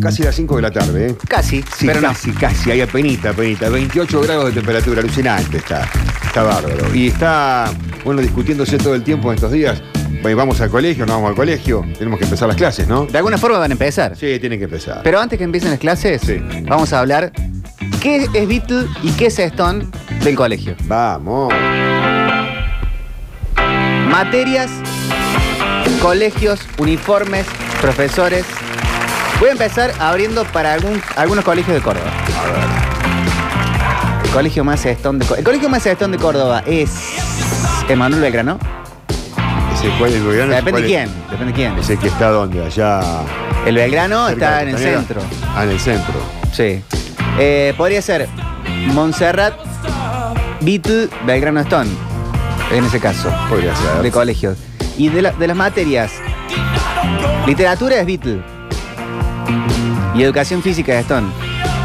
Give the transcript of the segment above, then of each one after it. Casi las 5 de la tarde, ¿eh? Casi, Sí, pero no. casi, casi, ahí apenita, apenita. 28 grados de temperatura, alucinante está. Está bárbaro. Y está, bueno, discutiéndose todo el tiempo en estos días. Bueno, Vamos al colegio, no vamos al colegio. Tenemos que empezar las clases, ¿no? De alguna forma van a empezar. Sí, tienen que empezar. Pero antes que empiecen las clases, Sí. vamos a hablar qué es Beatle y qué es Stone del colegio. Vamos. Materias, colegios, uniformes, profesores. Voy a empezar abriendo para algún- algunos colegios de Córdoba. El colegio más Stone de Córdoba. El colegio más Stone de Córdoba es Emanuel Belgrano. Ese cuál es el gobierno. Depende ¿Cuál de es? quién, depende de quién. Ese que está donde, allá. El Belgrano está cerca en de el Costanera. centro. Ah, en el centro. Sí. Eh, podría ser Montserrat, Beatle, Belgrano Stone. En ese caso. Podría ser. De colegios. Y de, la- de las materias. Literatura es Beatle. Y educación física es Stone.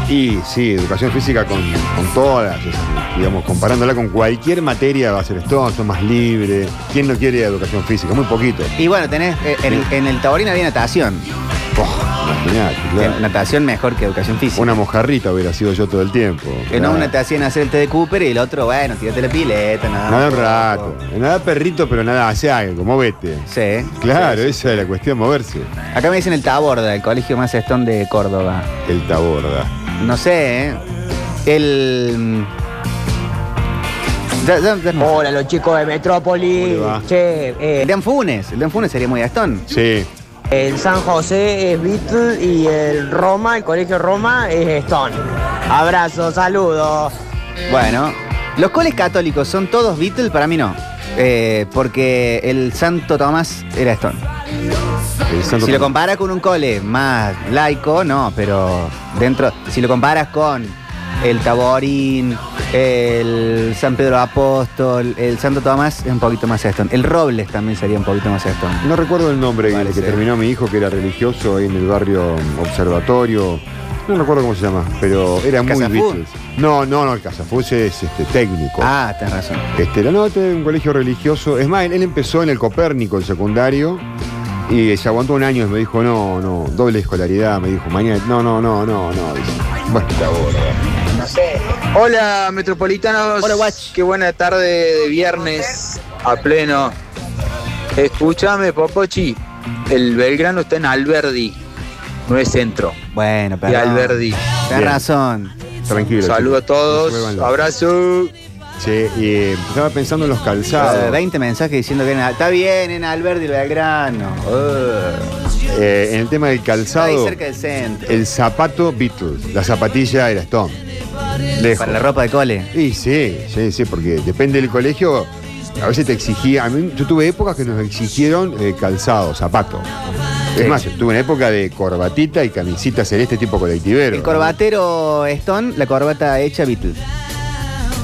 Y sí, educación física con, con todas, esas, digamos, comparándola con cualquier materia va a ser esto, son más libre. ¿Quién no quiere educación física? Muy poquito. Y bueno, tenés. eh, en, el- en el Taborino había natación. Oh, imaginate, Eh, claro. Natación mejor que educación física. Una mojarrita hubiera sido yo todo el tiempo. que no claro. una te hacían hacer el té de Cooper y el otro, bueno, tirate la pileta, nada. Nada rato. Nada perrito, pero nada, hace algo, movete. Sí. Claro, Sí, sí. esa es la cuestión, moverse. Acá me dicen el Taborda, el colegio más Stone de Córdoba. El taborda. No sé, ¿eh? El. mm, Ya- ya- ya no. Hola los chicos de Metrópoli. ¿Cómo le va? Che, El eh, Dan Funes. El Dan Funes sería muy Gastón. Sí. el San José es Beatle y el Roma, el colegio Roma es Stone. Abrazo, saludos. Bueno. Los coles católicos son todos Beatles, para mí no. Eh, porque el Santo Tomás era Stone. El Santo Si lo Tomás. comparas con un cole más laico, no, pero dentro. Si lo comparas con el Taborín, el San Pedro Apóstol, el Santo Tomás es un poquito más Stone. El Robles también sería un poquito más Stone. No recuerdo el nombre que- Parece. que terminó mi hijo, que era religioso ahí en el barrio Observatorio. No recuerdo cómo se llama, pero era muy ¿Casafú? Beatles. No, no, no, el Casafus es este, técnico. Ah, tenés razón. Este, la nota de un colegio religioso. Es más, él, él empezó en el Copérnico, el secundario, y se aguantó un año y me dijo, no, no, doble escolaridad, me dijo, mañana, no, no, no, no, no. dice. Bueno, está gorda. Hola metropolitanos. Hola, Guach. Qué buena tarde de viernes a pleno. Escúchame, Popochi. El Belgrano está en Alberdi, no es centro. Bueno, Y perdón. Alberdi. Tenés Bien. razón. Tranquilo. Saludos a chicos. todos. Resuélvanlo. Abrazo. Sí, y eh, estaba pensando en los Eh, calzados. 20 mensajes diciendo que en- está bien en Alberdi y Belgrano. Uh, Eh, en el tema del está ahí calzado. cerca del centro. El zapato Beatles, la zapatilla era Stone. Lejos. Para la ropa de cole. Y sí, sí, sí, porque depende del colegio. A veces te exigía, a mí, yo tuve épocas que nos exigieron eh, calzado, zapato. Es Sí. más, yo tuve una época de corbatita y camisita celeste tipo colectivero. El corbatero Stone, la corbata hecha Beatles.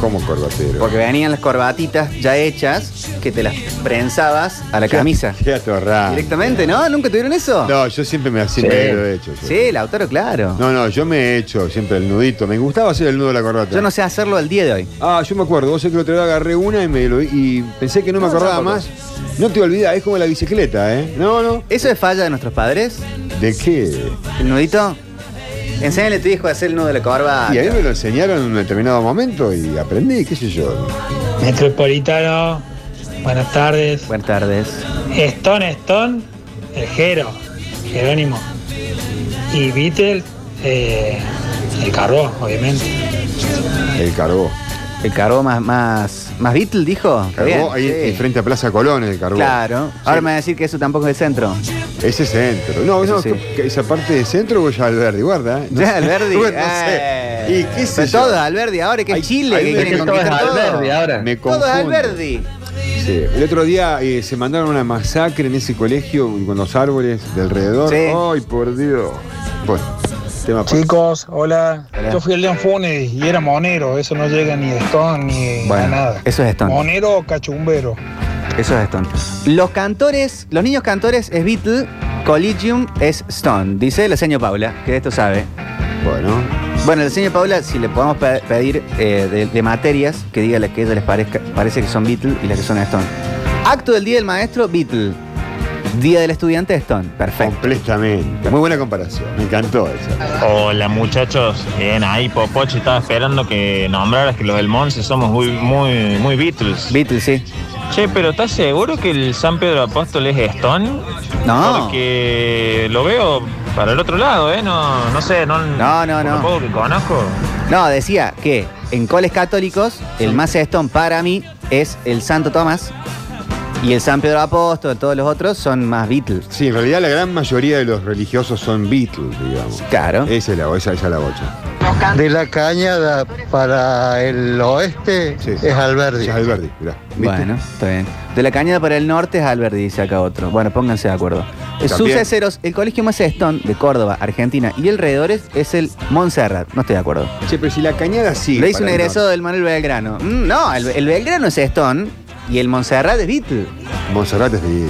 ¿Cómo corbatero? Porque venían las corbatitas ya hechas que te las prensabas a la camisa. Qué atorrado. Directamente, ¿no? ¿Nunca tuvieron eso? Ah. No, yo siempre me hacía Sí. lo he hecho. yo. Sí, el autor, claro. No, no, yo me he hecho siempre el nudito. Me gustaba hacer el nudo de la corbata. Yo no sé hacerlo al día de hoy. Ah, yo me acuerdo, vos sé que el otro día agarré una y, me lo, y pensé que no, me No, acordaba tampoco. más. No te olvidas, es como la bicicleta, ¿eh? No, no. ¿Eso es falla de nuestros padres? ¿De qué? ¿El nudito? Enséñale a tu hijo a hacer el nudo de la corbata. Y a mí me lo enseñaron en un determinado momento y aprendí, qué sé yo. Metropolitano, buenas tardes. Buenas tardes. Stone Stone, el Jero, Jerónimo. Y Beatle, eh, el Carro, obviamente. El carbó. El carbó más, más, más Beatle, dijo. Está bien, Carbó ahí sí. en frente a Plaza Colón, el carbó. Claro. Sí, Ahora me va a decir que eso tampoco es el centro. Ese centro. No, Eso no, sí. que- que esa parte de centro voy ya Alberdi, guarda. eh. No Ya, sé. Alberdi. Bueno, no eh. sé. Y qué sé Pero yo. Todo es Alberdi ahora, que Ay, es Chile, ahí que me quieren dicen todo es conquistar todo. Alberdi ahora. Me Todo es confundo. Alberdi. Sí. El otro día eh, se mandaron una masacre en ese colegio con los árboles de alrededor. Sí. Ay, por Dios. Bueno, tema para- Chicos, hola. Hola. Yo fui el León Funes y era Monero, eso no llega ni de Stone ni Bueno, a nada. eso es Stone. Monero o cachumbero. Eso es Stone. Los cantores, los niños cantores es Beatle, Collegium es Stone, dice la señora Paula, que de esto sabe. Bueno, Bueno, la señora Paula, si le podemos pe- pedir eh, de, de materias que diga las que a ella les parezca, parece que son Beatle y las que son Stone. Acto del Día del Maestro, Beatle. Día del Estudiante Stone. Perfecto. Completamente. Muy buena comparación. Me encantó esa. Hola muchachos, bien ahí Popochi estaba esperando que nombraras que los del Monse somos muy, muy, muy Beatles. Beatles, sí. Che, pero ¿estás seguro que el San Pedro Apóstol es Stone? No. Porque lo veo para el otro lado, ¿eh? No, no sé, no, No, no, por lo no. poco que conozco. No, decía que en coles católicos el más Stone para mí es el Santo Tomás y el San Pedro Apóstol, todos los otros son más Beatles. Sí, en realidad la gran mayoría de los religiosos son Beatles, digamos. Claro. Esa es la, esa, esa es la bocha. De la cañada para el oeste Sí. es Alberdi. Esa es Alberti, mirá. ¿Viste? Bueno, está bien. De la cañada para el norte es Alberdi, dice acá otro. Bueno, pónganse de acuerdo. Eh, Sus También. Ceros, el colegio más Stone de Córdoba, Argentina y alrededores es el Montserrat. No estoy de acuerdo. Che, pero si la cañada sigue. Lo hizo un para el egresado del Manuel Belgrano. Mm, no, el, el Belgrano es Stone y el Montserrat es Beatle. norte, Montserrat es de.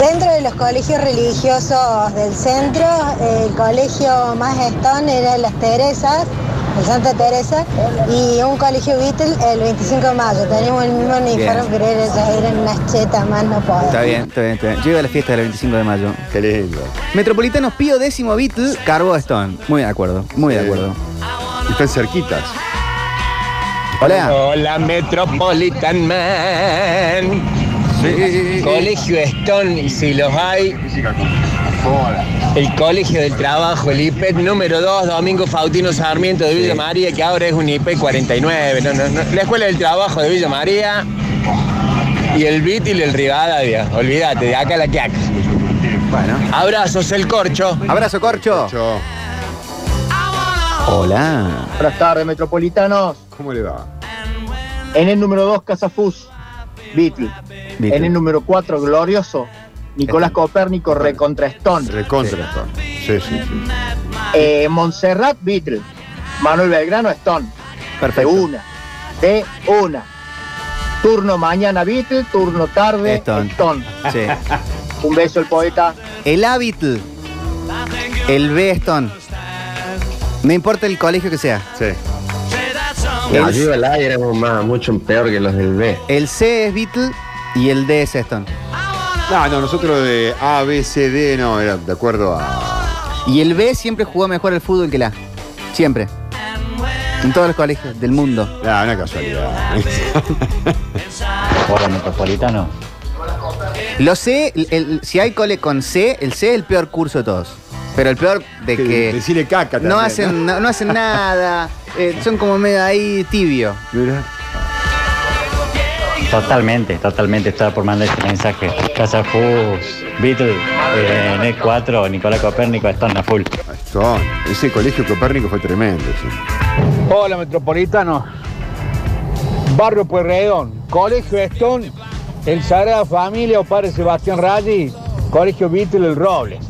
Dentro de los colegios religiosos del centro, el colegio más estón era Las Teresas, el Santa Teresa, y un colegio Beatle el 25 de mayo. Teníamos el mismo uniforme, pero ellos eran unas chetas más no puedo. Está bien, está bien, está bien. Yo iba a la fiesta del 25 de mayo. Qué lindo. Metropolitanos Pío X Beatle, Carbo Stone. Muy de acuerdo, muy de Sí. acuerdo. Están cerquitas. Hola. Hola Metropolitan Man. Colegio Stone, y si los hay. El Colegio del Trabajo, el IPEC número 2, Domingo Faustino Sarmiento de Villa María, que ahora es un E IPEC 49. No, no, no. La Escuela del Trabajo de Villa María y el Beatle, el Rivadavia. Olvídate, de acá a la que acá. Bueno. Abrazos, el corcho. Abrazo, Corcho. Yo, Hola. Buenas tardes, metropolitanos. ¿Cómo le va? En el número 2, Casafus, Beatle. Beatle. En el número 4, Glorioso, Nicolás Copérnico, Recontra Stone. Recontra Stone. Sí, sí, sí. Eh, Montserrat, Beatle. Manuel Belgrano, Stone. De Perfecto. una. De una. Turno mañana, Beatle. Turno tarde, Stone. Stone. Sí. Un beso, el poeta. El A Beatle. El B Stone. No importa el colegio que sea. Sí. El, al aire éramos más, mucho peor que los del B. el C es Beatle y el D es Stone. No, no, nosotros de A, B, C, D, no, era de acuerdo a. Y el B siempre jugó mejor al fútbol que la A. Siempre. En todos los colegios del mundo. Ah, una casualidad. Hola, Metropolitano. Los C, el- el- si hay cole con C, el C es el peor curso de todos. Pero el peor de Que- que. decirle caca también, No hacen, no, no hacen nada. eh, son como medio ahí tibio. Mirá. Totalmente, totalmente. Estaba por mandar este mensaje. Casa Fus, Beatles, eh, Net 4, Nicolás Copérnico, están a full. Stone. Ese colegio Copérnico fue tremendo, sí. Hola, Metropolitano. Barrio Pueyrredón, Colegio Stone, el Sagrada Familia o Padre Sebastián Raggi, Colegio Beatle El Robles.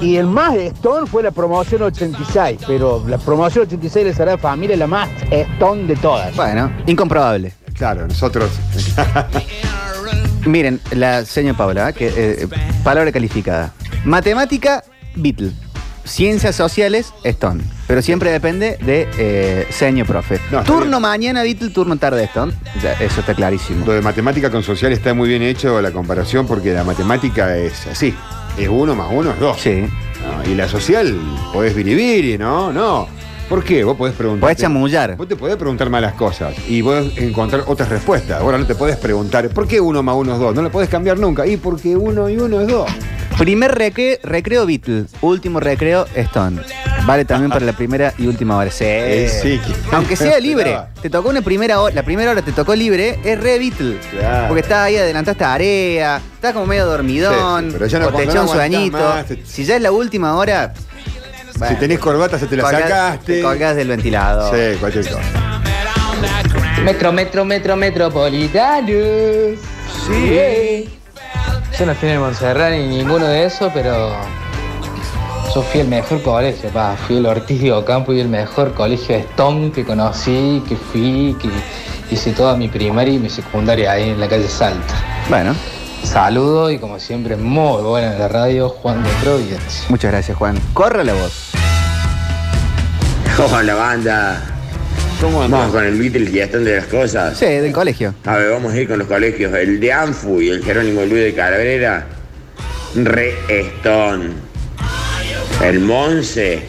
Y el más Stone fue la promoción 86, pero la promoción 86 de Sagrada Familia es la más Stone de todas. Bueno, incomprobable. Claro, nosotros. Miren, la señora Paula, ¿eh? que, eh, palabra calificada. Matemática, Beatle. Ciencias sociales, Stone. Pero siempre depende de eh, señor profe. No, está turno bien. mañana, Beatle, turno tarde, Stone. Ya, eso está clarísimo. Lo de matemática con social está muy bien hecho la comparación porque la matemática es así. Es uno más uno es dos. Sí. ¿no? Y la social, podés vivir, ¿no? No. ¿Por qué? Vos podés preguntar. Podés chamullar. Vos te podés preguntar malas cosas y podés encontrar otras respuestas. Bueno, no te podés preguntar, ¿por qué uno más uno es dos? No lo podés cambiar nunca. Y porque uno y uno es dos. Primer recre- recreo, Beatle. Último recreo, Stone. Vale también para la primera y última hora. Sí. Eh, sí. Aunque sea libre, Esperaba. te tocó una primera hora, la primera hora te tocó libre, es re Beatle. Claro. Porque estás ahí, adelantaste tarea, estás como medio dormidón, Sí, sí, pero ya no- o te cuando echó no un sueñito. aguantás más, te- Si ya es la última hora, bueno, Si tenés corbata, se te la colgás- sacaste. Te colgás del ventilador. Sí, cualquier cosa. Metro, metro, metro, metropolitanos. Sí. Yo no estoy en el Montserrat ni ninguno de esos, pero yo fui el mejor colegio, pa. Fui el Ortiz de Ocampo y el mejor colegio Stone que conocí, que fui, que hice toda mi primaria y mi secundaria ahí en la calle Salta. Bueno, Saludos y como siempre, muy buena la radio, Juan de Providence. muchas gracias, Juan. Corre la voz. Hola banda. ¿Cómo Vamos con el Beatles y están de las cosas. Sí, del colegio. A ver, vamos a ir con los colegios. El de Anfu y el Jerónimo Luis de Cabrera. Re Stone. El Monse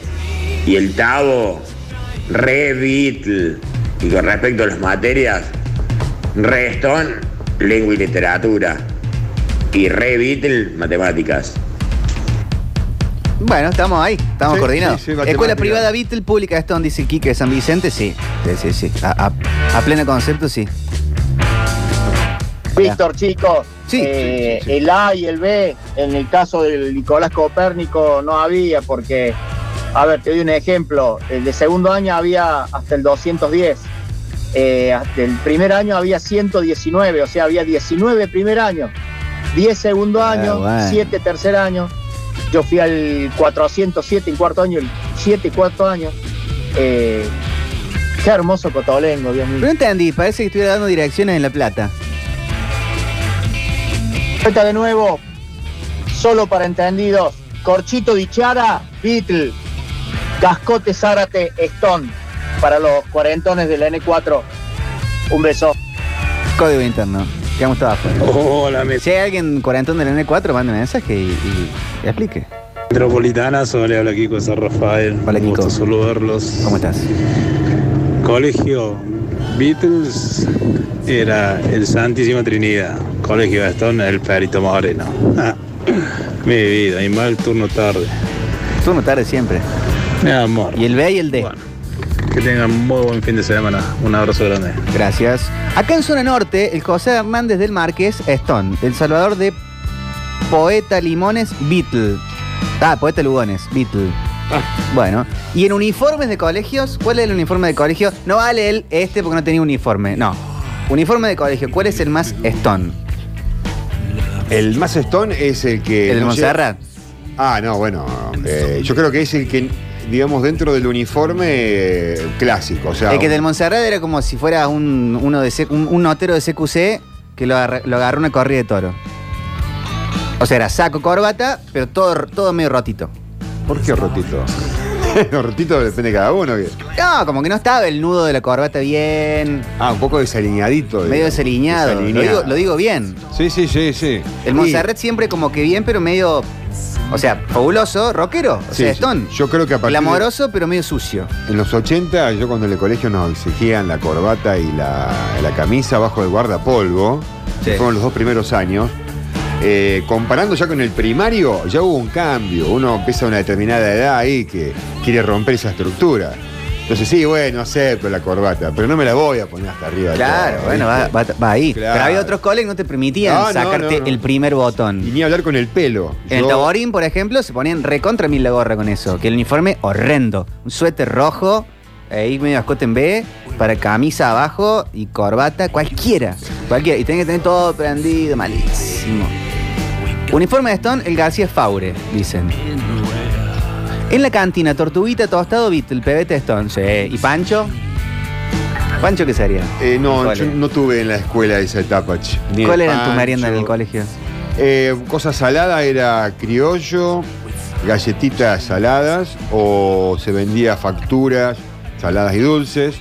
y el Tavo. Re Beatle. Y con respecto a las materias, Re Stone, lengua y literatura. Y Re Beatle, matemáticas. Bueno, estamos ahí, estamos Sí, coordinados. sí, sí, Escuela matemática. privada Beatle, pública Stone, dice Quique de San Vicente, sí. Sí, sí, sí. A, a- a pleno concepto, sí. Víctor, chicos, eh, el A y el B, en el caso del Nicolás Copérnico no había, porque, a ver, te doy un ejemplo, el de segundo año había hasta el 210, eh, hasta el primer año había 119, o sea, había 19 primer año, 10 segundo año, bueno. 7 tercer año, yo fui al 407 en cuarto año, el 7 cuarto año, eh, qué hermoso cotolengo, Dios mío. Pero no entendí, parece que estuviera dando direcciones en La Plata. Vuelta de nuevo, solo para entendidos. Corchito Dichara, Beatle. Cascote Zárate, Stone. Para los cuarentones de la N4. Un beso. Código interno. Quedamos todos afuera. Hola, me- Si hay alguien cuarentón del N4, mande mensaje y, y- y explique. Metropolitana, sobre habla Kiko de San Rafael. Hola, Kiko. Un gusto saludarlos. ¿Cómo estás? Colegio Beatles era el Santísima Trinidad. Colegio Gastón, el Perito Moreno. Ah, Mi vida, y mal turno tarde. Turno tarde siempre. Mi amor. Y el B y el D. Que tengan muy buen fin de semana. Un abrazo grande. Gracias. Acá en zona norte, el José Hernández del Márquez, Stone. El Salvador de Poeta Limones, Beatle. Ah, Poeta Lugones, Beatle. Ah. Bueno, y en uniformes de colegios, ¿cuál es el uniforme de colegio? No vale el este porque no tenía uniforme, no. Uniforme de colegio, ¿cuál es el más Stone? El más Stone es el que. ¿El de Eh, no Montserrat? lleva- Ah, no, bueno. eh, yo creo que es el que, digamos, dentro del uniforme eh, clásico. O sea, el que del Montserrat era como si fuera un, uno de C- un, un notero de CQC que lo, agarra- lo agarró una corrida de toro. O sea, era saco, corbata, pero todo, todo medio rotito. ¿Por qué rotito? rotito depende de cada uno. que- No, como que no estaba el nudo de la corbata bien. Ah, un poco desaliñadito. Medio digamos, desaliñado. Lo desalineado. digo, lo digo bien. Sí, sí, sí, sí. El Montserrat siempre como que bien, pero medio. O sea, fabuloso, rockero. O Sí, sea, sí. Stone. Yo creo que a partir de- Glamoroso, pero medio sucio. En los 80, yo cuando en el colegio nos exigían la corbata y la, la camisa bajo el guardapolvo, que fueron los dos primeros años, eh, comparando ya con el primario, ya hubo un cambio. Uno empieza a una determinada edad ahí que quiere romper esa estructura. Entonces, sí, bueno, acepto la corbata, pero no me la voy a poner hasta arriba. de Claro, todo, bueno, va, ¿viste? va- va ahí. Claro. Pero había otros colegas que no te permitían No, no, sacarte no, no. el primer botón. Y ni hablar con el pelo. En el Yo- taborín, por ejemplo, se ponían recontra mil la gorra con eso. Que el uniforme horrendo. Un suéter rojo, ahí medio escote en B, para camisa abajo y corbata, cualquiera. Cualquiera. Y tenés que tener todo prendido, malísimo. Uniforme de Stone, el García Faure, dicen. En la cantina, tortuguita, tostado, Beatle, pebete Stone. Sí. ¿Y Pancho? ¿Pancho qué sería? Eh, no, ¿Cuál yo era? no tuve en la escuela esa etapa. ch- ni ¿Cuál de era tu pancho. merienda en el colegio? Eh, cosa salada era criollo, galletitas saladas o se vendía facturas saladas y dulces,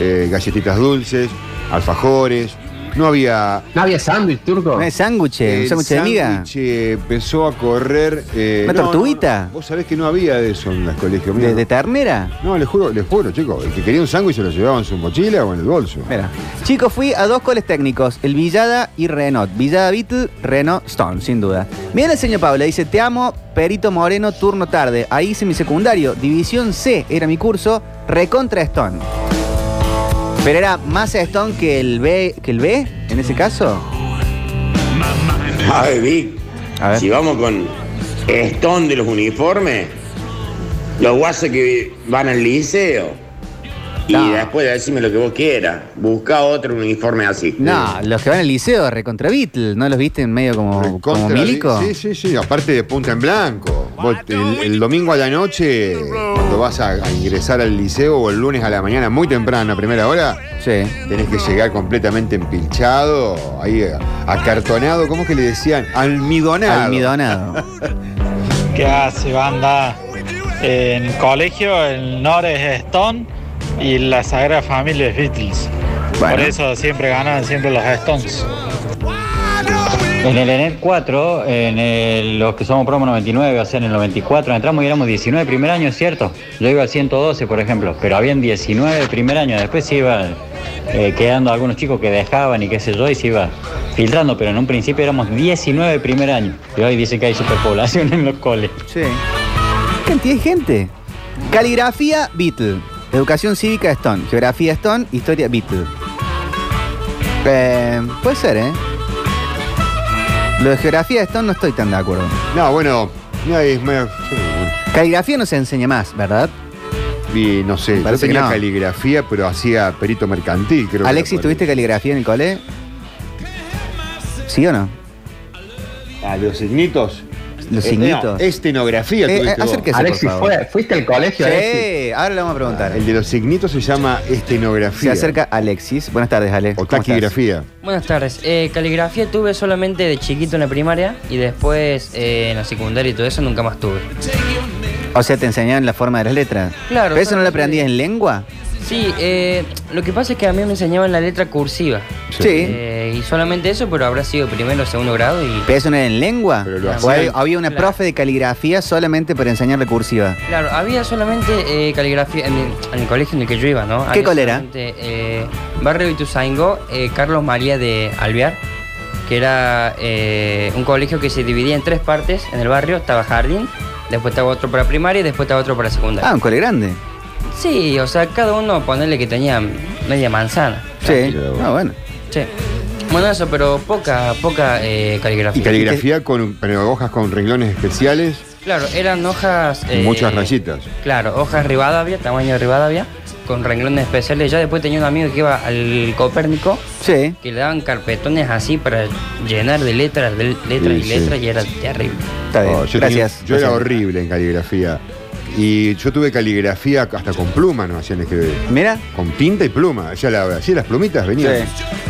eh, galletitas dulces, alfajores. No había. ¿No había sándwich, turco? ¿No hay sándwich? ¿Un El sándwich de miga? sándwich, eh, empezó a correr. eh, ¿Una no, no, tortuguita? no. Vos sabés que no había de eso en los colegios. ¿De, mira. de ternera? No, les juro, les juro, chicos. El que quería un sándwich se lo llevaba en su mochila o en el bolso. Mira. Chicos, fui a dos coles técnicos, el Villada y Renault. Villada Beatle, Renault Stone, sin duda. Mira el señor Pablo, dice, te amo, Perito Moreno, turno tarde. Ahí hice mi secundario, División C era mi curso, recontra Stone. Pero era más Stone que el B, que el B, en ese caso. A ver, Vic, A ver. si vamos con Stone de los uniformes, los guasos que van al liceo. Y después decime lo que vos quieras. Busca otro uniforme así. No, los que van al liceo, recontra Beatle, ¿no los viste en medio como, como Contra- milico? Sí, sí, sí, aparte de punta en blanco. Vos, el, el domingo a la noche, cuando vas a, a ingresar al liceo o el lunes a la mañana muy temprano, a primera hora, tenés que llegar completamente empilchado, ahí eh, acartonado, ¿cómo es que le decían? Almidonado. Almidonado. ¿Qué hace, banda? En colegio, el Nores Stone, y la Sagrada Familia es Beatles. Bueno. Por eso siempre ganan siempre los Stones. En el ENET 4, en el- los que somos promo 99, o sea, en el 94, entramos y éramos 19 primer año, es cierto. Yo iba al 112, por ejemplo, pero habían 19 primer año. Después se iban eh, quedando algunos chicos que dejaban y qué sé yo, y se iba filtrando, pero en un principio éramos 19 primer año. Y hoy dicen que hay superpoblación en los coles. Sí. ¿Qué cantidad de gente? Caligrafía, Beatle. Educación cívica, Stone. Geografía, Stone. Historia, Beatle. Eh, puede ser, ¿eh? Lo de geografía, Stone, no estoy tan de acuerdo. No, bueno, no es medio- Caligrafía no se enseña más, ¿verdad? Y no sé, yo Parece que tenía no. caligrafía, pero hacía perito mercantil, creo. que Alexis, era por ahí. ¿tuviste caligrafía en el cole? ¿Sí o no? Ah, los signitos. Los Eh, signitos. no, estenografía. Eh, tuviste eh, vos. acérquese, por favor. Sí, Alexis? Ah, ahora le vamos a preguntar. El de los signitos se llama estenografía. Se acerca Alexis. Buenas tardes, Alex. O taquigrafía. Buenas tardes. Eh, caligrafía tuve solamente de chiquito en la primaria y después eh, en la secundaria y todo eso nunca más tuve. O sea, te enseñaban la forma de las letras. Claro, ¿Pero eso no lo solamente- aprendías en lengua? Sí, eh, lo que pasa es que a mí me enseñaban la letra cursiva. Sí. Eh, y solamente eso, pero habrá sido primero o segundo grado y... ¿Pero eso no era en lengua? lo ¿O hacían. hay- había una profe de caligrafía solamente para enseñarle cursiva? Claro, había solamente eh, caligrafía en el, en el colegio en el que yo iba, ¿no? ¿Qué Había col era? solamente, Eh, Barrio Ituzaingó, eh, Carlos María de Alvear, que era eh, un colegio que se dividía en tres partes en el barrio. Estaba jardín, después estaba otro para primaria y después estaba otro para secundaria. Ah, un cole grande. Sí, o sea, cada uno ponerle que tenía media manzana. Sí. Ah, bueno. Sí. Bueno, eso, pero poca, poca eh, caligrafía. Y caligrafía con pero hojas con renglones especiales, Claro, eran hojas... eh, muchas rayitas. Claro, hojas Rivadavia, tamaño de Rivadavia, con renglones especiales. Yo después tenía un amigo que iba al Copérnico, sí. que le daban carpetones así para llenar de letras, de letras y Sí, sí. letras, y era terrible. Está bien. Oh, yo tenía- Gracias. yo Gracias. era horrible en caligrafía. Y yo tuve caligrafía hasta con pluma, nos hacían escribir. Mira. Con pinta y pluma. Ya la, así las plumitas venían.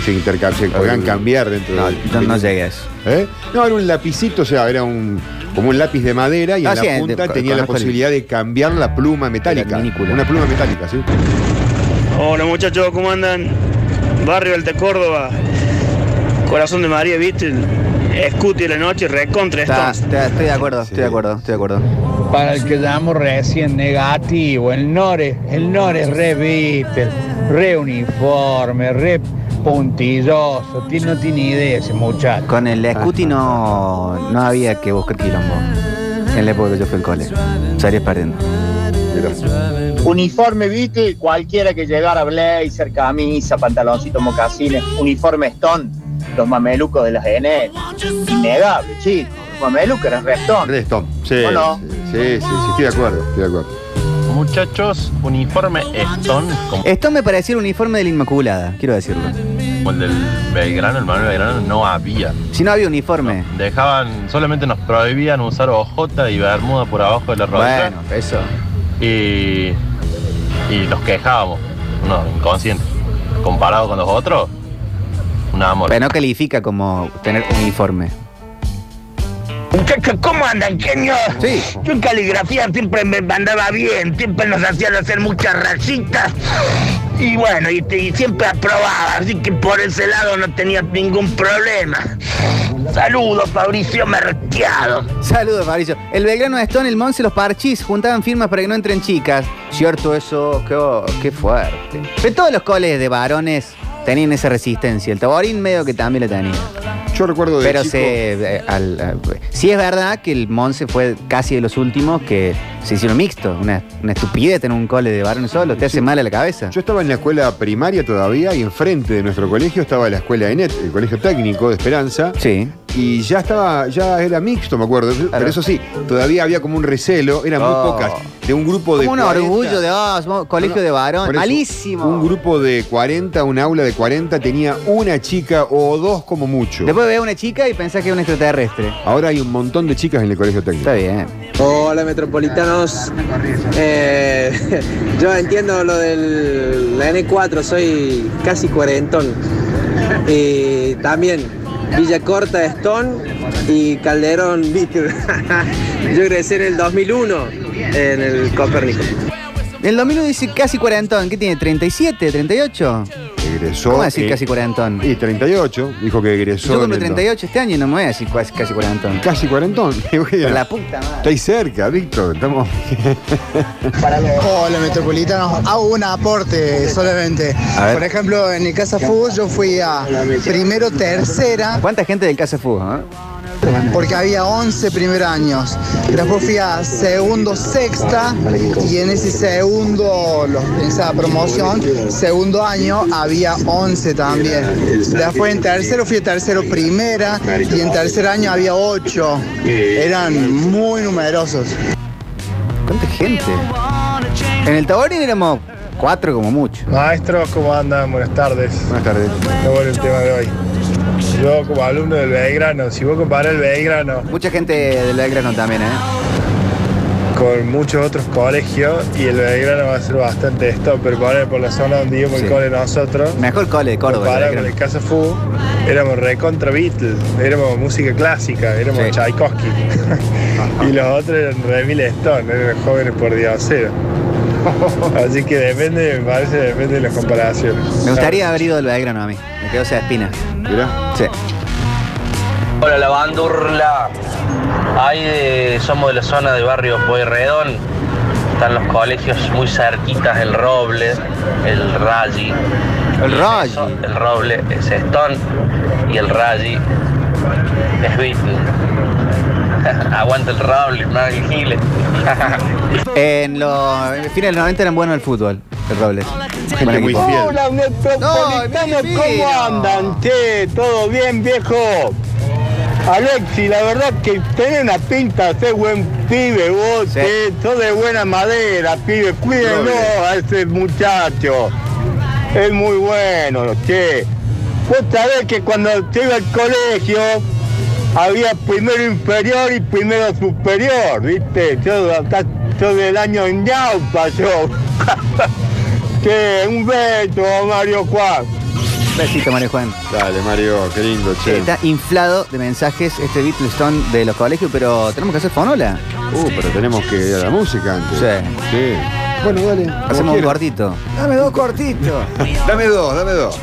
Se intercambiaban, se podían cambiar dentro No, del- no, no llegué a eso. ¿Eh? No, era un lapicito, o sea, era un como un lápiz de madera y Ah, en sí, la de- punta con- tenía la conozco el- posibilidad de cambiar la pluma metálica. Una pluma metálica, ¿sí? Hola muchachos, ¿cómo andan? Barrio Alta Córdoba, Corazón de María Beatle, Scuti de la noche, recontra Está- Stones. está- estoy de acuerdo, estoy de acuerdo, estoy de acuerdo. Para el que llamó recién negativo, el Nore, el Nore es re Beatle, re uniforme, re puntilloso, ti- no tiene idea ese Ah. muchacho. Con el Scuti no, no había que buscar quilombo. En la época que yo fui al cole. Salías perdiendo. Uniforme, viste, cualquiera que llegara, blazer, camisa, pantaloncito, mocasines, uniforme Stone, los mamelucos de las N. Innegable, chicos. Los mamelucos eran re Stone. Re Stone, sí. ¿O no? Sí, sí, sí, estoy de acuerdo, estoy de acuerdo. Muchachos, uniforme Stone como Esto me parecía el uniforme de la Inmaculada, quiero decirlo. el del Belgrano, el Manuel Belgrano, no había. Si no había uniforme. Dejaban, solamente nos prohibían usar ojota y bermuda por abajo de la rodilla. Bueno, eso. Y, y los quejábamos, no, inconscientes. Comparado con los otros, un amor. Pero no califica como tener uniforme. Muchachos, ¿cómo andan, genio? Sí. Yo en caligrafía siempre me mandaba bien, siempre nos hacían hacer muchas rayitas. Y bueno, y, y siempre aprobaba, así que por ese lado no tenía ningún problema. Saludos, Fabricio Merteado. Saludos, Mauricio. El Belgrano Stone, el Monse, los Parchis juntaban firmas para que no entren chicas. Cierto eso, qué, qué fuerte. Pero todos los coles de varones tenían esa resistencia. El Taborín medio que también la tenía. Yo recuerdo de Pero chico- se, eh, al- a- sí es verdad que el Monse fue casi de los últimos que se hicieron mixto. Una, una estupidez tener un cole de varones solo. Te hace mal a la cabeza. Yo estaba en la escuela primaria todavía y enfrente de nuestro colegio estaba la escuela ENET, el colegio técnico de Esperanza. Sí. Y ya estaba, ya era mixto, me acuerdo. Pero eso sí, todavía había como un recelo, eran muy Oh. pocas. De un grupo de. Como un 40. orgullo de, ah, somos No, colegio no, de por varón. eso, Malísimo. Un grupo de 40, un aula de 40, tenía una chica o dos como mucho. Después ve a una chica y pensás que es un extraterrestre. Ahora hay un montón de chicas en el colegio técnico. Está bien. Hola metropolitanos. Eh, yo entiendo lo del la N4, soy casi cuarentón. Y también Villa Corta Stone y Calderón Víctor. yo egresé en el 2001 en el Copérnico. El domingo dice casi cuarentón. ¿Qué tiene? ¿37, 38? Egresó. ¿Cómo decir eh, casi cuarentón? Y 38, dijo que egresó. Yo en cumplo el- 38 este año y no me voy a decir casi, casi cuarentón. Casi cuarentón. Pero la puta madre. Estáis cerca, Víctor. Estamos. Hola Metropolitanos, hago un aporte solamente. A ver. Por ejemplo, en el Casa Fútbol yo fui a primero, tercera, ¿Cuánta gente del Casa Fútbol? porque había 11 primeros años. Después fui a segundo, sexta, y en ese segundo, los- en esa promoción, segundo año, había 11 también. Después en tercero fui a tercero, primera, y en tercer año había 8. Eran muy numerosos. ¿Cuánta gente? En el Taborín éramos cuatro como mucho. Maestros, ¿cómo andan? Buenas tardes. Buenas tardes. Qué bueno el tema de hoy. Yo como alumno del Belgrano, si vos comparás el Belgrano... Mucha gente del Belgrano también, ¿eh? Con muchos otros colegios y el Belgrano va a ser bastante esto, pero por, por la zona donde íbamos el Sí. cole nosotros... Mejor cole de Córdoba. comparado el con el Belgrano. Casa Fu, éramos recontra Beatles, éramos música clásica, éramos Sí. Tchaikovsky. y los otros eran Remil Stone, eran jóvenes por diosero. Así que depende, me parece, depende de las comparaciones. Me gustaría haber ido del Belgrano a mí. Me quedó esa espina. ¿Mirá? Sí. Hola, la bandurla. Ahí de- somos de la zona de barrio Pueyrredón. Están los colegios muy cerquitas, el Roble, el Rally. El Rally. El Roble, el Sestón y el Rally. Es Beatle. Aguanta el Roble, no el Giles. En los en fines de los 90 eran buenos el fútbol, el Robles. Buen Hola, equipo. metropolitanos, No, mi ¿cómo vida. andan? Che, ¿todo bien, viejo? Alexi, la verdad que tenés una pinta de ser buen pibe vos, che, sos de buena madera, pibe, cuídenlo a ese muchacho. Es muy bueno, che. Vos sabés que cuando yo iba al colegio había primero inferior y primero superior, ¿viste? Yo, acá- yo del año en Yaupa, yo. che, un beso, Mario Juan. Besito, Mario Juan. Dale, Mario, qué lindo, che. Está inflado de mensajes este Beatles Stone de los colegios, pero tenemos que hacer fonola. Uh, pero tenemos que ir a la música antes. Sí. Sí. Bueno, dale. Hacemos un cortito. Dame dos cortitos. Dame dos, dame dos.